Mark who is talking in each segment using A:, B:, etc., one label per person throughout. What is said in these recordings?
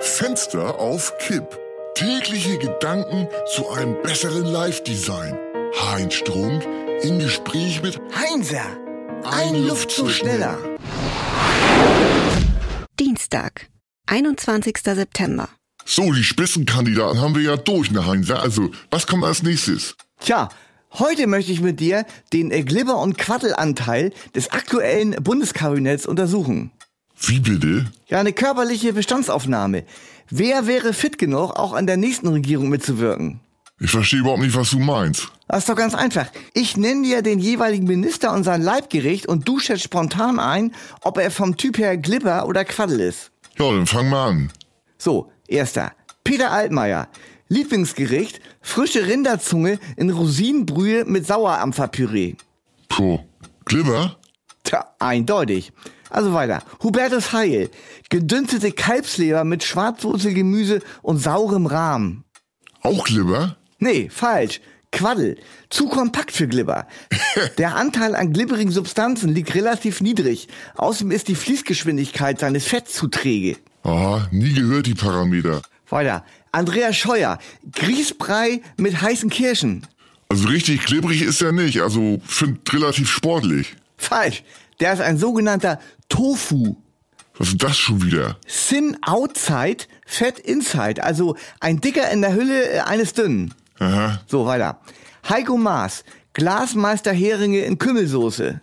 A: Fenster auf Kipp. Tägliche Gedanken zu einem besseren Live-Design. Heinz Strunk im Gespräch mit
B: Heinser,
A: Ein Luftzug schneller.
C: Dienstag, 21. September.
A: So, die Spitzenkandidaten haben wir ja durch, ne Heinzer. Also, was kommt als nächstes?
B: Tja, heute möchte ich mit dir den äh, Glibber- und Quaddelanteil des aktuellen Bundeskabinetts untersuchen.
A: Wie bitte?
B: Ja, eine körperliche Bestandsaufnahme. Wer wäre fit genug, auch an der nächsten Regierung mitzuwirken?
A: Ich verstehe überhaupt nicht, was du meinst.
B: Das ist doch ganz einfach. Ich nenne dir den jeweiligen Minister und sein Leibgericht und du schätzt spontan ein, ob er vom Typ her Glibber oder Quaddel ist.
A: Ja, dann fang mal an.
B: So, erster. Peter Altmaier. Lieblingsgericht, frische Rinderzunge in Rosinenbrühe mit Sauerampferpüree.
A: Puh. Glibber?
B: Tja, eindeutig. Also weiter. Hubertus Heil. Gedünstete Kalbsleber mit Schwarzwurzelgemüse und saurem Rahm.
A: Auch Glibber?
B: Nee, falsch. Quaddel. Zu kompakt für Glibber. Der Anteil an glibberigen Substanzen liegt relativ niedrig. Außerdem ist die Fließgeschwindigkeit seines Fetts zu träge.
A: Aha, nie gehört die Parameter.
B: Weiter. Andreas Scheuer. Grießbrei mit heißen Kirschen.
A: Also richtig klebrig ist er nicht, also find relativ sportlich.
B: Falsch. Der ist ein sogenannter Tofu.
A: Was ist das schon wieder?
B: Thin outside, fat inside. Also ein dicker in der Hülle äh, eines dünnen.
A: Aha.
B: So, weiter. Heiko Maas. Glasmeister Heringe in Kümmelsoße.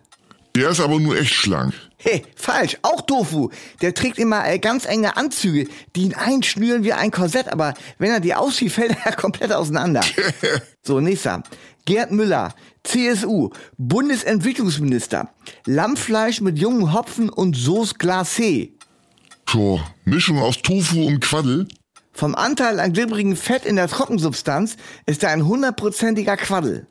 A: Der ist aber nur echt schlank.
B: Hey, falsch, auch Tofu. Der trägt immer äh, ganz enge Anzüge, die ihn einschnüren wie ein Korsett, aber wenn er die auszieht, fällt er komplett auseinander. so, nächster. Gerd Müller, CSU, Bundesentwicklungsminister. Lammfleisch mit jungen Hopfen und Sauce Glacée.
A: Puh, Mischung aus Tofu und Quaddel?
B: Vom Anteil an glibberigem Fett in der Trockensubstanz ist er ein hundertprozentiger Quaddel.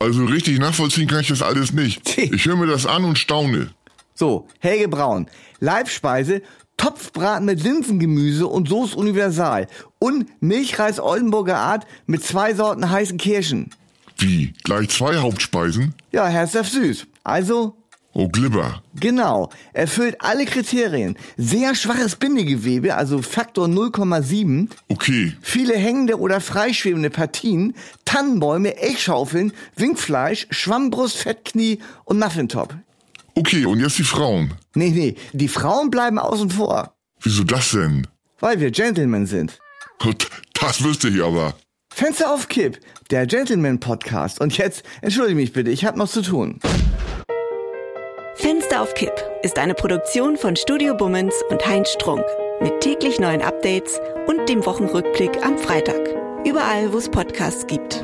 A: Also richtig nachvollziehen kann ich das alles nicht. Ich höre mir das an und staune.
B: So, Helge Braun. Leibspeise, Topfbraten mit Linsengemüse und Soße Universal. Und Milchreis Oldenburger Art mit zwei Sorten heißen Kirschen.
A: Wie? Gleich zwei Hauptspeisen?
B: Ja, herzhaft süß. Also,
A: Oh, Glibber.
B: genau. Erfüllt alle Kriterien. Sehr schwaches Bindegewebe, also Faktor 0,7.
A: Okay.
B: Viele hängende oder freischwebende Partien, Tannenbäume, Elchschaufeln, Winkfleisch, Schwammbrust, Fettknie und Muffintop.
A: Okay, und jetzt die Frauen.
B: Nee, nee, die Frauen bleiben außen vor,
A: Wieso das denn?
B: weil wir Gentlemen sind.
A: Gott, Das wüsste ich aber.
B: Fenster auf Kipp, der Gentleman Podcast. Und jetzt entschuldige mich bitte, ich habe noch zu tun.
C: Fenster auf Kipp ist eine Produktion von Studio Bummens und Heinz Strunk. Mit täglich neuen Updates und dem Wochenrückblick am Freitag. Überall, wo es Podcasts gibt.